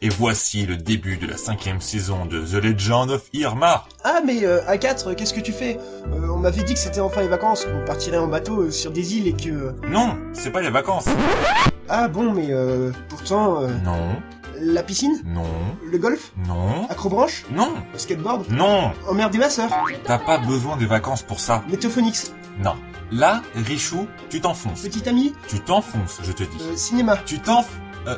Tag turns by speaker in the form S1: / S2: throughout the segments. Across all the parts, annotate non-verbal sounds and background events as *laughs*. S1: Et voici le début de la cinquième saison de The Legend of Irma.
S2: Ah mais euh, A4, qu'est-ce que tu fais Euh, On m'avait dit que c'était enfin les vacances, qu'on partirait en bateau euh, sur des îles et que... euh,
S1: Non, c'est pas les vacances.
S2: Ah bon, mais euh, pourtant... euh,
S1: Non,
S2: La piscine
S1: non,
S2: Le golf
S1: non,
S2: Acrobranche
S1: non,
S2: Le skateboard
S1: non.
S2: Emmerder ma sœur
S1: T'as pas besoin des vacances pour ça.
S2: Métophonix
S1: Non. Là, Richou, tu t'enfonces.
S2: Petit ami
S1: Tu t'enfonces, je te dis.
S2: euh, Cinéma
S1: Tu t'enf... euh,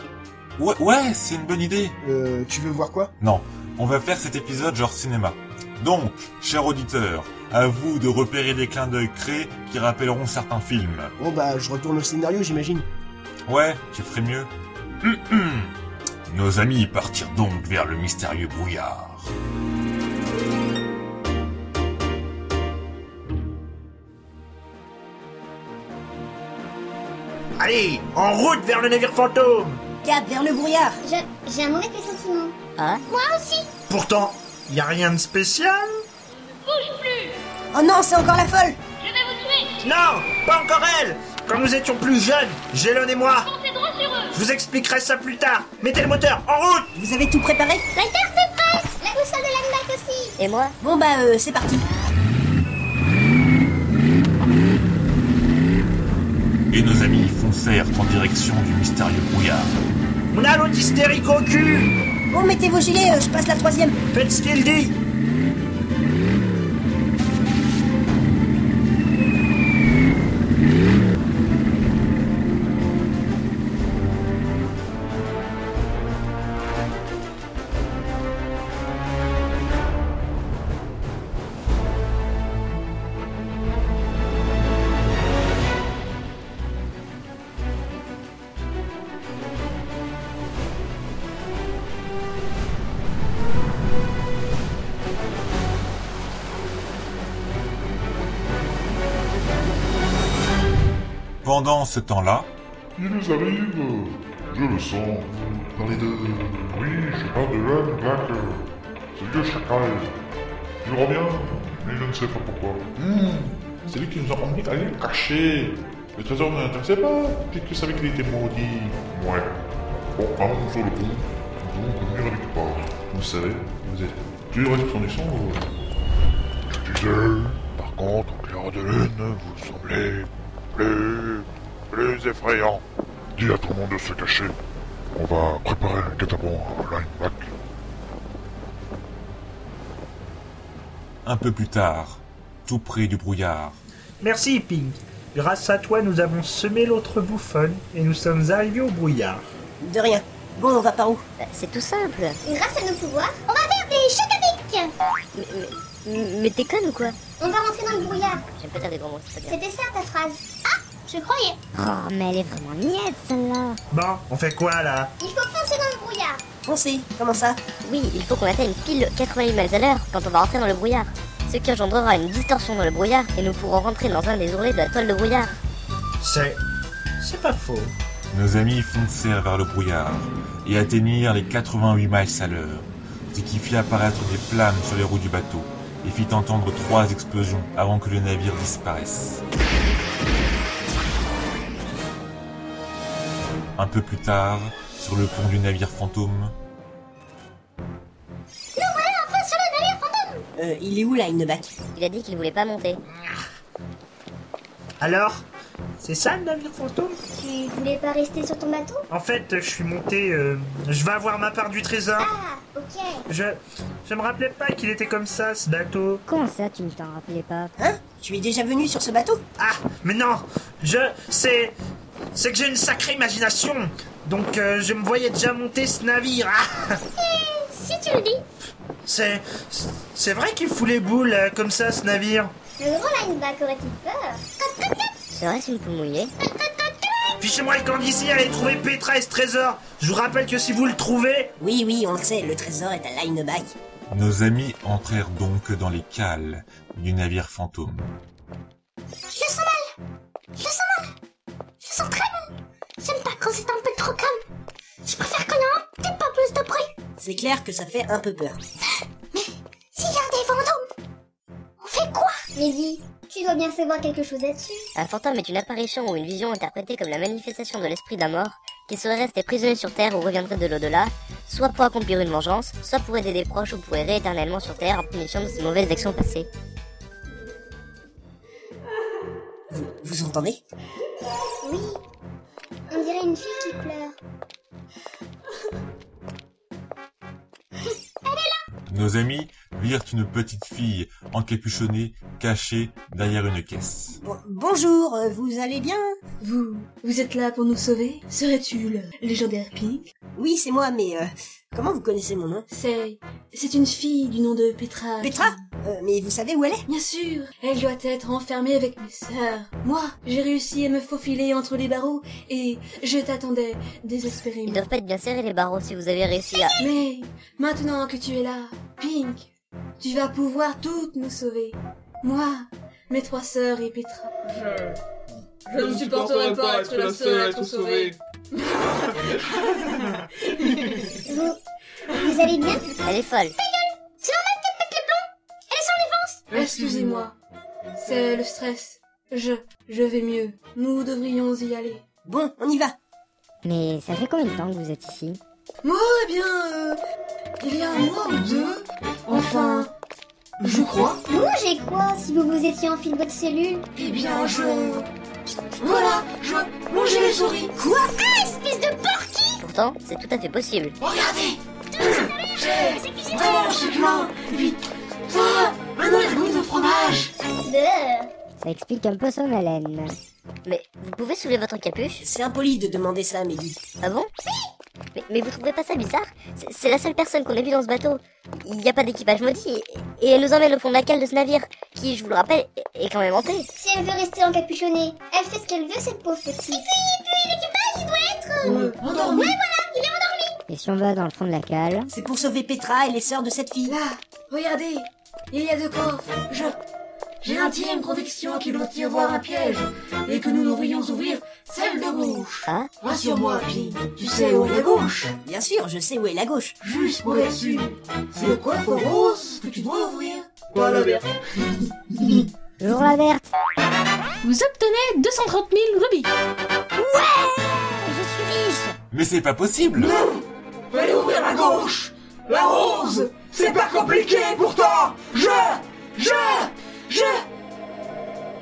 S1: ouais, ouais, c'est une bonne idée.
S2: euh, Tu veux voir quoi
S1: Non, on va faire cet épisode genre cinéma. Donc, cher auditeur, à vous de repérer des clins d'œil créés qui rappelleront certains films.
S2: Bon bah, je retourne au scénario, j'imagine.
S1: Ouais, tu ferais mieux. *clears throat* Hum, hum. Nos amis partirent donc vers le mystérieux brouillard.
S3: Allez, en route vers le navire fantôme
S4: Cap vers le brouillard
S5: Je- J'ai un mauvais pressentiment.
S3: Pourtant, y a rien de spécial
S4: Oh non, c'est encore la folle
S3: Non, pas encore elle Quand nous étions plus jeunes, Gélon et moi Je vous expliquerai ça plus tard Mettez le moteur, en route
S4: Vous avez tout préparé
S5: La carte est prête La boussole de l'Almanach aussi
S6: Et moi
S4: Bon bah, euh, c'est parti.
S1: Et nos amis foncèrent en direction du mystérieux brouillard.
S3: On a l'autre hystérique au cul
S4: Bon, mettez vos gilets, euh, je passe la troisième.
S3: Faites ce qu'il dit
S1: Pendant ce temps-là,
S7: Il nous arrive, je le sens, dans les deux. Oui, je parle de Ron Black, ce vieux chacal. Je le reviens, mais je ne sais pas pourquoi. Hmm, c'est lui qui nous a emmené à l'île cachée. Le trésor ne l'intéressait pas, puisque savait qu'il était maudit. Ouais. Bon, allons sur le pont, donc on mur avec part. Vous savez, vous êtes toujours responsable du diesel. Par contre, au clair de lune, vous semblez plus, plus effrayant. Dis à tout le monde de se cacher. On va préparer un catapon à lineback.
S1: un peu plus tard, tout près du brouillard,
S3: Merci, Pink. Grâce à toi, nous avons semé l'autre bouffonne et nous sommes arrivés au brouillard.
S4: De rien. Bon, on va par où
S6: Bah, C'est tout simple.
S5: Grâce à nos pouvoirs, on va faire des chocs à pic.
S6: Mais, mais, mais t'es conne ou quoi
S5: On va rentrer dans le brouillard.
S6: J'aime pas dire des gros mots, c'est pas bien.
S5: C'était ça ta phrase. Ah Je croyais.
S6: Oh, mais elle est vraiment niaise celle-là.
S3: Bon, on fait quoi là
S5: Il faut foncer dans le brouillard.
S4: Foncez, comment ça
S6: Oui, il faut qu'on atteigne pile 80 miles à l'heure quand on va rentrer dans le brouillard. Ce qui engendrera une distorsion dans le brouillard et nous pourrons rentrer dans un des ourlets de la toile de brouillard.
S3: C'est. C'est pas faux.
S1: nos amis foncèrent vers le brouillard et atteignirent les 88 miles à l'heure, ce qui fit apparaître des flammes sur les roues du bateau et fit entendre trois explosions avant que le navire disparaisse. Un peu plus tard, sur le pont du navire fantôme,
S4: Euh, il est où là, Inneback
S6: Il a dit qu'il voulait pas monter.
S3: Alors C'est ça le navire fantôme
S5: Tu voulais pas rester sur ton bateau
S3: En fait, je suis monté. euh, je vais avoir ma part du trésor.
S5: Ah, ok.
S3: Je. Je me rappelais pas qu'il était comme ça, ce bateau.
S6: Comment ça, tu ne t'en rappelais pas
S4: Hein Tu es déjà venu sur ce bateau
S3: Ah, mais non Je. C'est. C'est que j'ai une sacrée imagination Donc euh, je me voyais déjà monter ce navire Ah *laughs*
S5: Si tu le dis,
S3: C'est. C'est vrai qu'il fout les boules euh, comme ça, ce navire
S5: le grand lineback aurait-il peur
S6: Serait-ce une poule mouillée
S3: Fichez-moi le camp d'ici, allez trouver Petra et ce trésor Je vous rappelle que si vous le trouvez,
S4: Oui, oui, on le sait, le trésor est à Lineback.
S1: nos amis entrèrent donc dans les cales du navire fantôme.
S5: Je le sens mal. Je le sens mal. Je le sens très mal. J'aime pas quand c'est un peu trop calme. Je préfère qu'on ait un petit peu plus de bruit.
S4: C'est clair que ça fait un peu peur.
S5: S'il y a des fantômes, on fait quoi Lizzie, tu dois bien savoir quelque chose là-dessus.
S6: Un fantôme est une apparition ou une vision interprétée comme la manifestation de l'esprit d'un mort, qui seraient restés prisonniers sur Terre ou reviendraient de l'au-delà, soit pour accomplir une vengeance, soit pour aider des proches ou pour errer éternellement sur Terre en punition de ses mauvaises actions passées.
S4: Vous, vous entendez
S5: Oui. On dirait une fille qui pleure.
S1: Nos amis virent une petite fille encapuchonnée, cachée derrière une caisse.
S4: Bon- Bonjour, euh, vous allez bien
S8: Vous, vous êtes là pour nous sauver Serais-tu le légendaire Pink
S4: Oui, c'est moi, mais euh, comment vous connaissez mon nom
S8: C'est, c'est une fille du nom de Petra.
S4: Petra Euh, Mais vous savez où elle est
S8: Bien sûr, elle doit être enfermée avec mes sœurs. Moi, j'ai réussi à me faufiler entre les barreaux et je t'attendais
S6: Ils
S8: désespérément.
S6: doivent pas être bien serrés les barreaux si vous avez réussi à...
S8: Mais maintenant que tu es là, Pink, tu vas pouvoir toutes nous sauver. Moi, mes trois sœurs et Petra.
S9: Je ne supporterai pas être la seule à être sauvée.
S5: Vous. Vous allez bien
S6: Elle est folle.
S8: Excusez-moi, c'est le stress. Je, je vais mieux. Nous devrions y aller.
S4: Bon, on y va
S6: Mais ça fait combien de temps que vous êtes ici
S8: Moi, eh bien, euh, il y a un mois ou deux. Enfin, je crois.
S5: Vous, j'ai quoi si vous vous étiez enfui de votre cellule
S8: Eh bien, je. Voilà, je mangeais les souris. Quoi
S5: Espèce de porc
S6: Pourtant, c'est tout à fait possible.
S8: Regardez J'ai vraiment mangé plein. Et puis, ça, maintenant il goûte au fromage.
S5: Bleu.
S6: Ça explique un peu son haleine. Mais vous pouvez soulever votre capuche
S4: C'est impoli de demander ça à Mehdi.
S6: Ah bon mais, mais vous trouvez pas ça bizarre C'est- C'est la seule personne qu'on a vue dans ce bateau. Il n'y a pas d'équipage maudit. Et, et elle nous emmène au fond de la cale de ce navire, qui, je vous le rappelle, est- est quand même hanté.
S5: Si elle veut rester encapuchonnée, elle fait ce qu'elle veut, cette pauvre petite.
S8: Endormi.
S6: Et si on va dans le fond de la cale
S4: C'est pour sauver Petra et les sœurs de cette fille.
S8: Là, regardez, il y a deux coffres. Je. J'ai l'intime conviction qu'ils vont y avoir un piège et que nous devrions ouvrir celle de gauche.
S6: Ah
S8: Rassure-moi, Pi, tu sais où est la gauche
S4: Bien sûr, je sais où est la gauche.
S8: Juste au-dessus. C'est le coffre rose que tu dois ouvrir.
S9: Voilà, merde.
S6: Toujours la verte
S10: Vous obtenez 230 000 rubis.
S6: Je suis riche
S1: Mais c'est pas possible
S8: Fallait ouvrir la gauche La rose C'est pas compliqué pourtant Je Je Je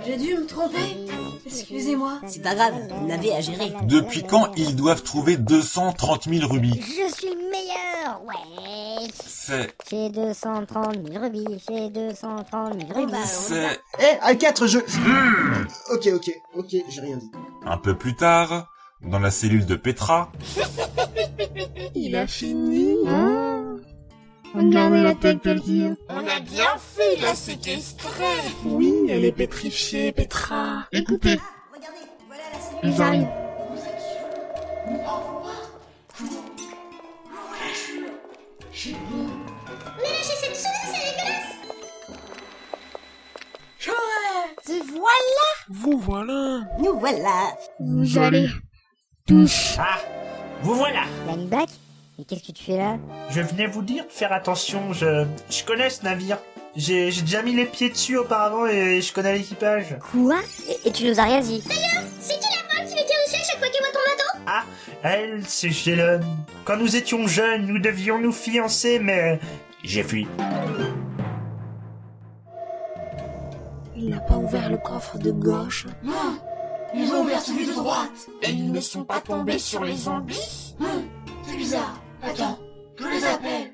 S8: J'ai dû me tromper Excusez-moi.
S4: C'est pas grave, vous n'avez à gérer.
S1: Depuis quand ils doivent trouver 230 000 rubis
S6: Je suis le meilleur Ouais
S1: C'est...
S6: J'ai 230 000 rubis, j'ai 230 000
S4: Bon, bah,
S8: Oh,
S4: on y va.
S1: c'est...
S2: Eh, A4, je... Ok, ok, ok, j'ai rien dit.
S1: Un peu plus tard, dans la cellule de Petra,
S10: Il a fini.
S5: Regardez la tête qu'elle tire.
S10: On a bien fait la séquestrer. Oui, elle est pétrifiée, Petra.
S7: Écoutez,
S4: Regardez, voilà la cellule.
S7: ils arrivent.
S5: Mais lâchez cette souris, c'est dégueulasse
S10: Vous voilà.
S4: Nous voilà
S5: Vous allez.
S3: Ah, vous voilà.
S6: Lineback Mais qu'est-ce que tu fais là
S3: Je venais vous dire de faire attention, je, je connais ce navire. J'ai j'ai déjà mis les pieds dessus auparavant et je connais l'équipage.
S6: Quoi et, et tu nous as rien dit
S5: C'est qui la femme qui fait carousel chaque fois qu'elle voit ton bateau
S3: Ah, elle, c'est Gélon. Quand nous étions jeunes, nous devions nous fiancer, mais euh, j'ai fui.
S10: Il n'a pas ouvert le coffre de gauche.
S8: Non Ils ont ouvert celui de droite
S10: Et ils ne sont pas tombés sur les zombies
S8: Hum, C'est bizarre Attends, je les appelle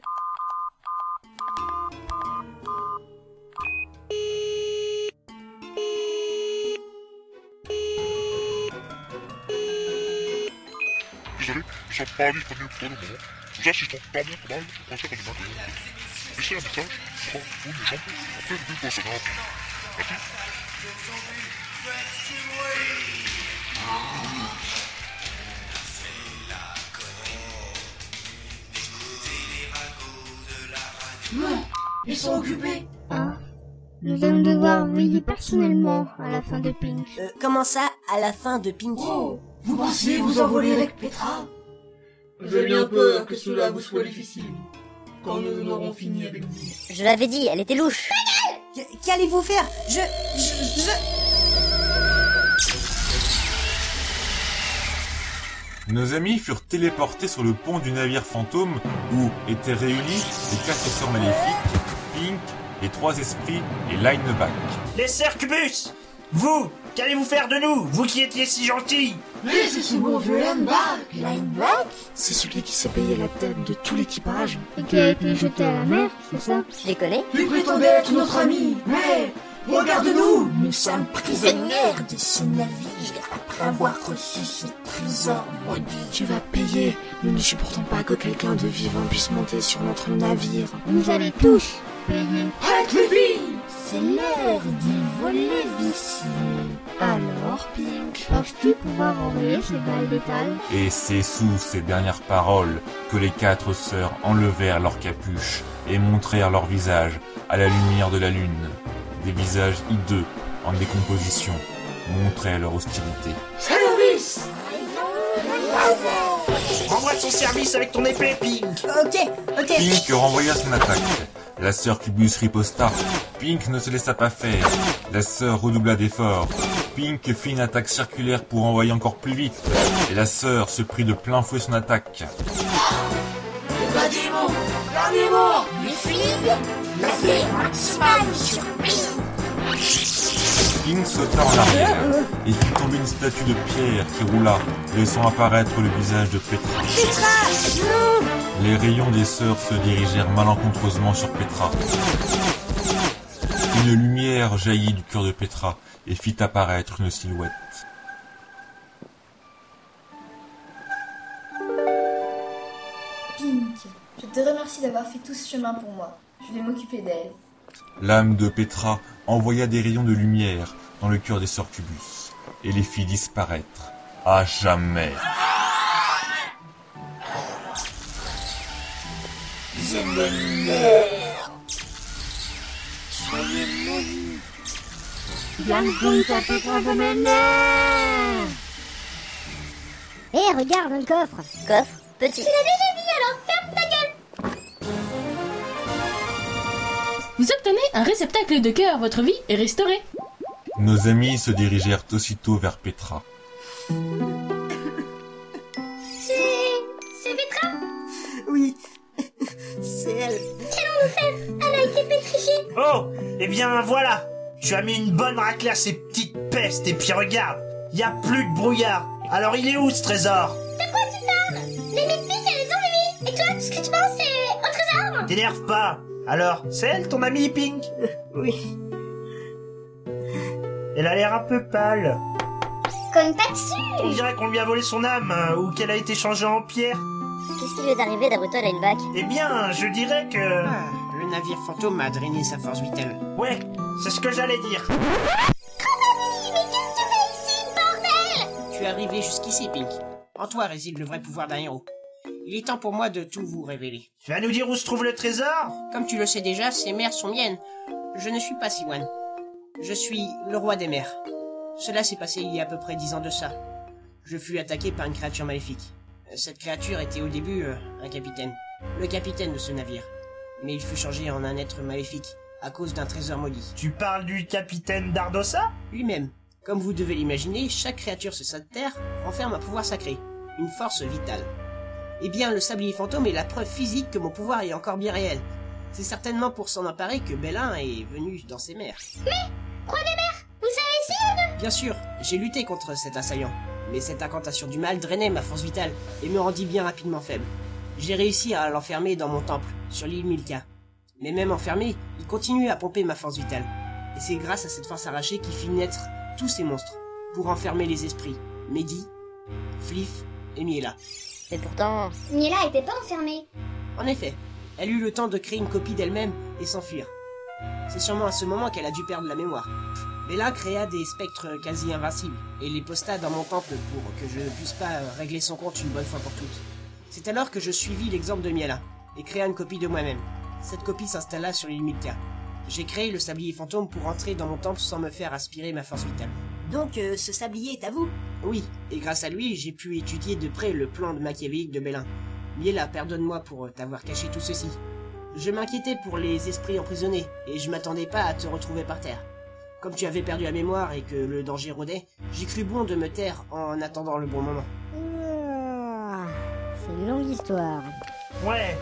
S7: Désolé, nous sommes pas disponibles pour le moment. Nous assistons tant bien que mal au concert de Madrid. Laissez un message, soit vous les gens, après le but Bolsonaro. Merci.
S8: Non Ils sont occupés
S5: Nous allons devoir veiller personnellement à la fin de Pink.
S4: Euh, Comment ça, à la fin de Pinky
S8: Oh Vous pensiez vous envoler avec Petra
S10: J'ai bien peur que cela vous soit difficile. Quand nous en aurons fini avec vous.
S6: Je l'avais dit, elle était louche
S4: Qu- Qu'allez-vous faire Je... Je... je-
S1: Nos amis furent téléportés sur le pont du navire fantôme où étaient réunis les quatre sœurs maléfiques, Pink, les trois esprits et Lineback.
S3: Les Cercubus Vous Qu'allez-vous faire de nous Vous qui étiez si gentils
S8: Mais c'est ce bon vieux Lineback
S5: Lineback
S11: C'est celui qui s'est payé la tête de tout l'équipage
S5: Et qui a été jeté à la mer, c'est ça
S6: Je les connais.
S8: Il prétendait être notre ami, mais regarde-nous
S11: Nous sommes prisonnières de ce navire après avoir reçu ce trésor maudit. Tu vas payer. Nous ne supportons pas que quelqu'un de vivant puisse monter sur notre navire.
S5: Vous allez tous payer.
S8: Avec les filles
S11: C'est l'heure des volets d'ici.
S5: Alors, Pink, penses-tu pouvoir envoyer ces balles d'étal
S1: Et c'est sous ces dernières paroles que les quatre sœurs enlevèrent leurs capuches et montrèrent leurs visages à la lumière de la lune. Des visages hideux, en décomposition, montraient leur hostilité.
S8: Service
S3: Renvoie son service avec ton épée, Pink
S4: Ok, ok.
S1: Pink renvoya son attaque. La sœur Cubus riposta. Pink ne se laissa pas faire. La sœur redoubla d'efforts. Pink fit une attaque circulaire pour envoyer encore plus vite. Et la sœur se prit de plein fouet son attaque.
S8: Le bâtiment L'animaux
S11: Les fluides, basé maximum sur
S1: Pink sauta en arrière et fit tomber une statue de pierre qui roula, laissant apparaître le visage de Petra.
S4: Petra Non
S1: Les rayons des sœurs se dirigèrent malencontreusement sur Petra. Une lumière jaillit du cœur de Petra et fit apparaître une silhouette.
S12: Pink, je te remercie d'avoir fait tout ce chemin pour moi. Je vais m'occuper d'elle.
S1: L'âme de Petra envoya des rayons de lumière dans le cœur des sœurs Cubus et les fit disparaître à jamais.
S11: Je me meurs. Soyez maudits.
S6: Eh, regarde un coffre. Coffre, petit.
S5: Tu l'as déjà mis, alors ferme ta gueule
S13: Vous obtenez un réceptacle de cœur, votre vie est restaurée.
S1: Nos amis se dirigèrent aussitôt vers Petra.
S5: C'est... c'est Petra
S4: Oui, *laughs* c'est elle.
S5: Qu'allons-nous faire Elle a été pétrifiée
S3: Oh Eh bien, voilà Tu as mis une bonne raclée à ces petites pestes, et puis regarde Y a plus de brouillard Alors il est où, ce trésor
S5: De quoi tu parles Les mythiques, elles ont les vies Et toi, tout ce que tu penses, c'est au trésor
S3: T'énerve pas Alors, c'est elle, ton amie Pink
S4: Oui.
S3: Elle a l'air un peu pâle.
S5: Comme pas dessus
S3: On Oh, dirait qu'on lui a volé son âme, euh, ou qu'elle a été changée en pierre.
S6: Qu'est-ce qui lui est arrivé d'après toi, Lineback
S3: Eh bien, je dirais que...
S14: Ah, le navire fantôme a drainé sa force vitale.
S3: Ouais, c'est ce que j'allais dire.
S5: Cramami, mais qu'est-ce que tu fais ici, bordel
S14: Tu es arrivé jusqu'ici, Pink. En toi réside le vrai pouvoir d'un héros. Il est temps pour moi de tout vous révéler.
S3: Tu vas nous dire où se trouve le trésor
S14: Comme tu le sais déjà, ces mers sont miennes. Je ne suis pas Siwan. Je suis le roi des mers. Cela s'est passé il y a à peu près dix ans de ça. Je fus attaqué par une créature maléfique. Cette créature était au début euh, un capitaine. Le capitaine de ce navire. Mais il fut changé en un être maléfique à cause d'un trésor maudit.
S3: Tu parles du capitaine Dardosa
S14: Lui-même. Comme vous devez l'imaginer, chaque créature sur cette terre renferme un pouvoir sacré, une force vitale. Eh bien, le sablier fantôme est la preuve physique que mon pouvoir est encore bien réel. C'est certainement pour s'en emparer que Bélin est venu dans ces mers.
S5: Roi des mers, vous avez essayé de...
S14: Bien sûr, j'ai lutté contre cet assaillant, mais cette incantation du mal drainait ma force vitale et me rendit bien rapidement faible. J'ai réussi à l'enfermer dans mon temple, sur l'île Milka. Mais même enfermé, il continue à pomper ma force vitale. Et c'est grâce à cette force arrachée qu'il fit naître tous ces monstres, pour enfermer les esprits, Mehdi, Fliff et Miela.
S6: Mais pourtant,
S5: Miela était pas enfermée.
S14: En effet, elle eut le temps de créer une copie d'elle-même et s'enfuir. C'est sûrement à ce moment qu'elle a dû perdre la mémoire. Bella créa des spectres quasi invincibles et les posta dans mon temple pour que je ne puisse pas euh, régler son compte une bonne fois pour toutes. C'est alors que je suivis l'exemple de Miela et créa une copie de moi-même. Cette copie s'installa sur l'île Milka. J'ai créé le sablier fantôme pour entrer dans mon temple sans me faire aspirer ma force vitale.
S4: Donc, euh, ce sablier est à vous
S14: Oui, et grâce à lui, j'ai pu étudier de près le plan de machiavélique de Bélin. Miela, pardonne-moi pour euh, t'avoir caché tout ceci. Je m'inquiétais pour les esprits emprisonnés, et je m'attendais pas à te retrouver par terre. Comme tu avais perdu la mémoire et que le danger rôdait, j'ai cru bon de me taire en attendant le bon moment.
S6: l'histoire.
S3: Ouais,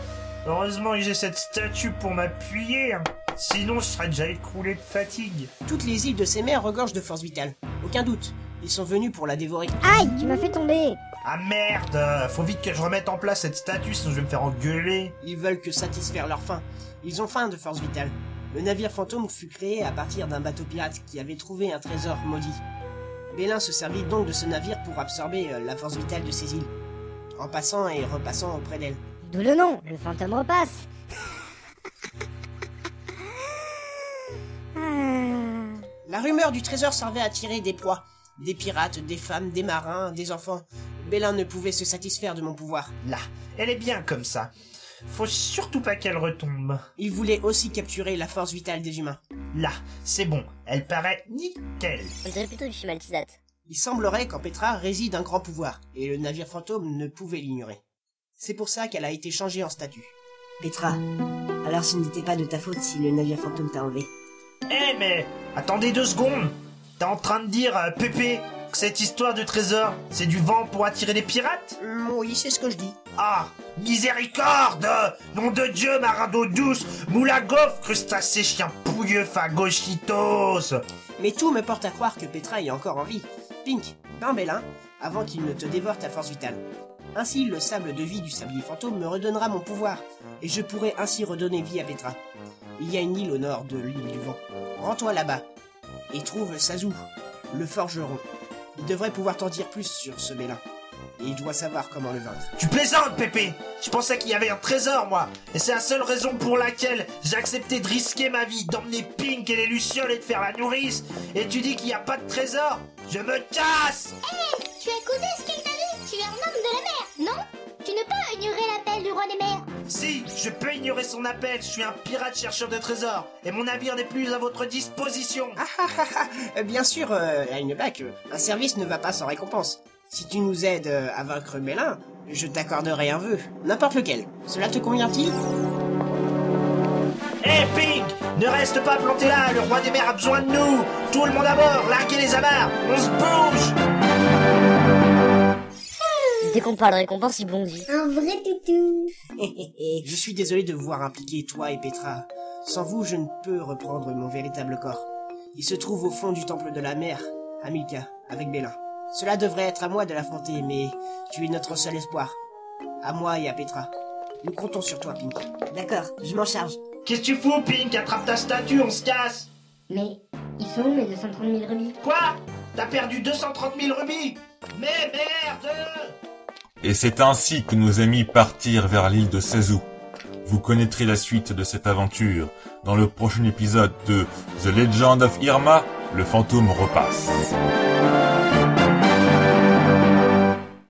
S3: heureusement que j'ai cette statue pour m'appuyer. hein. Sinon, je serais déjà écroulé de fatigue. Toutes les îles de ces mers regorgent de force vitale. Aucun doute. Ils sont venus pour la dévorer.
S6: Aïe, tu m'as fait tomber
S3: Ah merde euh, Faut vite que je remette en place cette statue, sinon je vais me faire engueuler. Ils veulent que satisfaire leur faim. Ils ont faim de force vitale. Le navire fantôme fut créé à partir d'un bateau pirate qui avait trouvé un trésor maudit. Bélin se servit donc de ce navire pour absorber euh, la force vitale de ces îles, en passant et repassant auprès d'elle.
S6: D'où le nom, le fantôme repasse.
S3: La rumeur du trésor servait à attirer des proies, des pirates, des femmes, des marins, des enfants. Bélin ne pouvait se satisfaire de mon pouvoir. Là, elle est bien comme ça. Faut surtout pas qu'elle retombe. Il voulait aussi capturer la force vitale des humains. Là, c'est bon, elle paraît nickel.
S6: On dirait plutôt du Shimaltizat.
S3: Il semblerait qu'en Petra réside un grand pouvoir, et le navire fantôme ne pouvait l'ignorer. C'est pour ça qu'elle a été changée en statue.
S15: Petra, alors ce n'était pas de ta faute si le navire fantôme t'a enlevé. *laughs*
S3: Eh mais, attendez deux secondes T'es en train de dire, euh, Pépé, que cette histoire de trésor, c'est du vent pour attirer les pirates Mm, Oui, c'est ce que je dis. Ah, miséricorde Nom de Dieu, marin d'eau douce, moulagov, crustacé, chien pouilleux, phagochitos Mais tout me porte à croire que Petra est encore en vie. Pink, pain Bélin, avant qu'il ne te dévore ta force vitale. Ainsi, le sable de vie du sablier fantôme me redonnera mon pouvoir, et je pourrai ainsi redonner vie à Petra. Il y a une île au nord de l'île du vent. Rends-toi là-bas, et trouve Sazou, le forgeron. Il devrait pouvoir t'en dire plus sur ce Bélin. Et il doit savoir comment le vaincre. Tu plaisantes, Pépé Je pensais qu'il y avait un trésor, moi Et c'est la seule raison pour laquelle j'ai accepté de risquer ma vie, d'emmener Pink et les Lucioles et de faire la nourrice Et tu dis qu'il n'y a pas de trésor Je me casse
S5: Hé, tu as causé ce qu'il t'a dit Tu es un homme de la mer, non Tu ne peux ignorer l'appel du roi des mers
S3: Si, je peux ignorer son appel, je suis un pirate chercheur de trésors, et mon navire n'est plus à votre disposition. Bien sûr, ah, euh, Lineback, euh, un service ne va pas sans récompense. Si tu nous aides euh, à vaincre Mélin, je t'accorderai un vœu, n'importe lequel. Cela te convient-il Hé Pink Eh, Ne reste pas planté là, le roi des mers a besoin de nous Tout le monde à bord, larguez les amarres, on se bouge
S6: Dès qu'on parle récompense, il bondit.
S5: Un vrai toutou
S3: Je suis désolé de vous voir impliquer toi et Petra. Sans vous, je ne peux reprendre mon véritable corps. Il se trouve au fond du temple de la mer, à Milka, avec Bélin. Cela devrait être à moi de l'affronter, mais tu es notre seul espoir. À moi et à Petra. Nous comptons sur toi, Pink.
S15: D'accord, je m'en charge.
S3: Qu'est-ce que tu fous, Pink Attrape ta statue, on se casse
S6: Mais ils sont où mes 230 000 rubis
S3: Quoi T'as perdu 230 000 rubis Mais merde
S1: Et c'est ainsi que nos amis partirent vers l'île de Sazou. Vous connaîtrez la suite de cette aventure dans le prochain épisode de The Legend of Irma, le fantôme repasse.